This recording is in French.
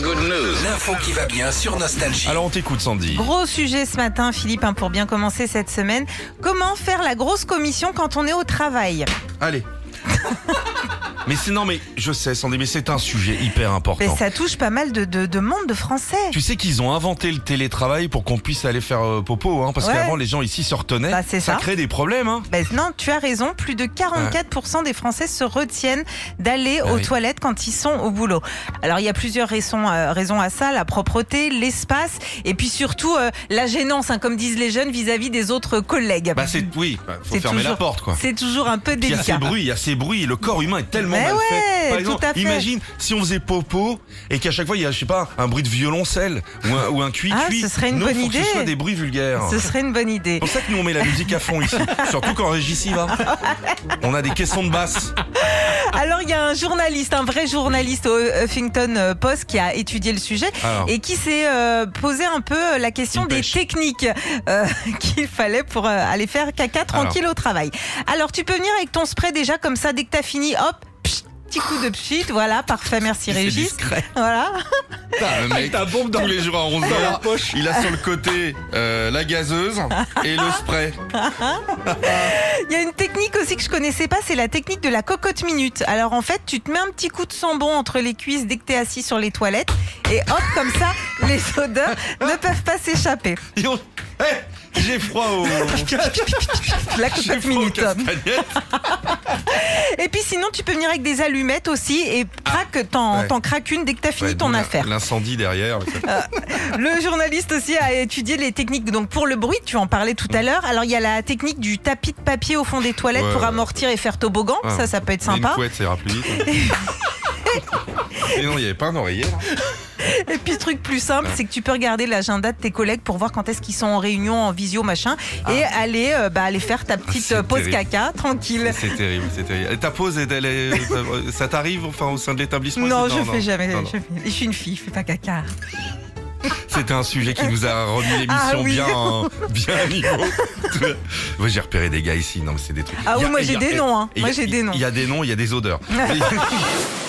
good news. L'info qui va bien sur Nostalgie. Alors on t'écoute Sandy. Gros sujet ce matin, Philippe, hein, pour bien commencer cette semaine. Comment faire la grosse commission quand on est au travail Allez. mais c'est non mais je sais Sandy mais c'est un sujet hyper important. Ben, Ça touche pas mal de, de, de monde de Français. Tu sais qu'ils ont inventé le télétravail pour qu'on puisse aller faire euh, popo hein, parce Ouais. qu'avant les gens ici se retenaient. Bah, c'est ça. crée des problèmes hein. Ben non, tu as raison, plus de 44% des Français se retiennent d'aller Ah aux oui. toilettes quand ils sont au boulot. Alors il y a plusieurs raisons, euh, raisons à ça, la propreté, l'espace et puis surtout euh, la gênance, hein, comme disent les jeunes, vis-à-vis des autres collègues. Bah c'est oui, bah, faut Ah C'est fermer la toujours- porte quoi. C'est toujours un peu Puis Il y a ces délicat. bruits, il y a ces bruits, le corps humain est tellement Mais mal fait. ouais, Par exemple, tout à fait. imagine si on faisait popo et qu'à chaque fois il y a, je sais pas, un bruit de violoncelle ou un, ou un cuit Ah, ce serait une non, bonne faut que idée. ce soit des bruits vulgaires. Ce serait une bonne idée. C'est pour ça que nous on met la musique à fond ici. Surtout quand Régis y va. On a des caissons de basse. Alors il y a un journaliste, un vrai journaliste au euh, Huffington Post qui a étudié le sujet Alors. et qui s'est euh, posé un peu la question Une des pêche. techniques euh, qu'il fallait pour euh, aller faire caca tranquille au travail. Alors tu peux venir avec ton spray déjà comme ça dès que t'as fini, hop, pchit, petit coup de pchit, voilà, parfait, merci Régis. Voilà. Ah, Putain, le mec, Ta bombe dans tous les jours à 11 la heures, poche. il a sur le côté euh, la gazeuse et le spray. Il y a une technique aussi que je connaissais pas, c'est la technique de la cocotte minute. Alors en fait, tu te mets un petit coup de sambon entre les cuisses dès que t'es assis sur les toilettes et hop, comme ça, les odeurs ne peuvent pas s'échapper. Et on- Eh, J'ai froid au. La J'ai cocotte froid aux minute. castagnettes. Et puis sinon, tu peux venir avec des allumettes aussi et craque, t'en Ah, Ouais. t'en craques une dès que t'as fini Ouais, ton d'où la- affaire. L'incendie derrière. mais ça- Le journaliste aussi a étudié les techniques. Donc pour le bruit, tu en parlais tout Mm. à l'heure. Alors il y a la technique du tapis de papier au fond des toilettes Ouais, pour ouais. Ah, amortir et faire toboggan. Ouais. Ça, ça peut être Et Une sympa. couette, ça ira plus vite. Et non, il n'y avait pas un oreiller. Et puis truc plus simple, c'est que tu peux regarder l'agenda de tes collègues pour voir quand est-ce qu'ils sont en réunion, en visio, machin, et aller, euh, bah, aller faire ta petite Ah. c'est euh, pause terrible. caca tranquille. C'est terrible, c'est terrible. Et ta pause, elle- elle est- ça t'arrive enfin, au sein de l'établissement Non, c'est- je fais jamais. Non, non. Je, fais- je suis une fille, je fais pas caca. C'était un sujet qui nous a remis l'émission Ah oui. bien, euh, bien à niveau. Ouais, j'ai repéré des gars ici. Non, mais c'est des trucs. Ah Il y oui, a- moi il y j'ai a- des noms. Hein. il y a- Moi j'ai des noms. Il y a des noms, il y a des odeurs.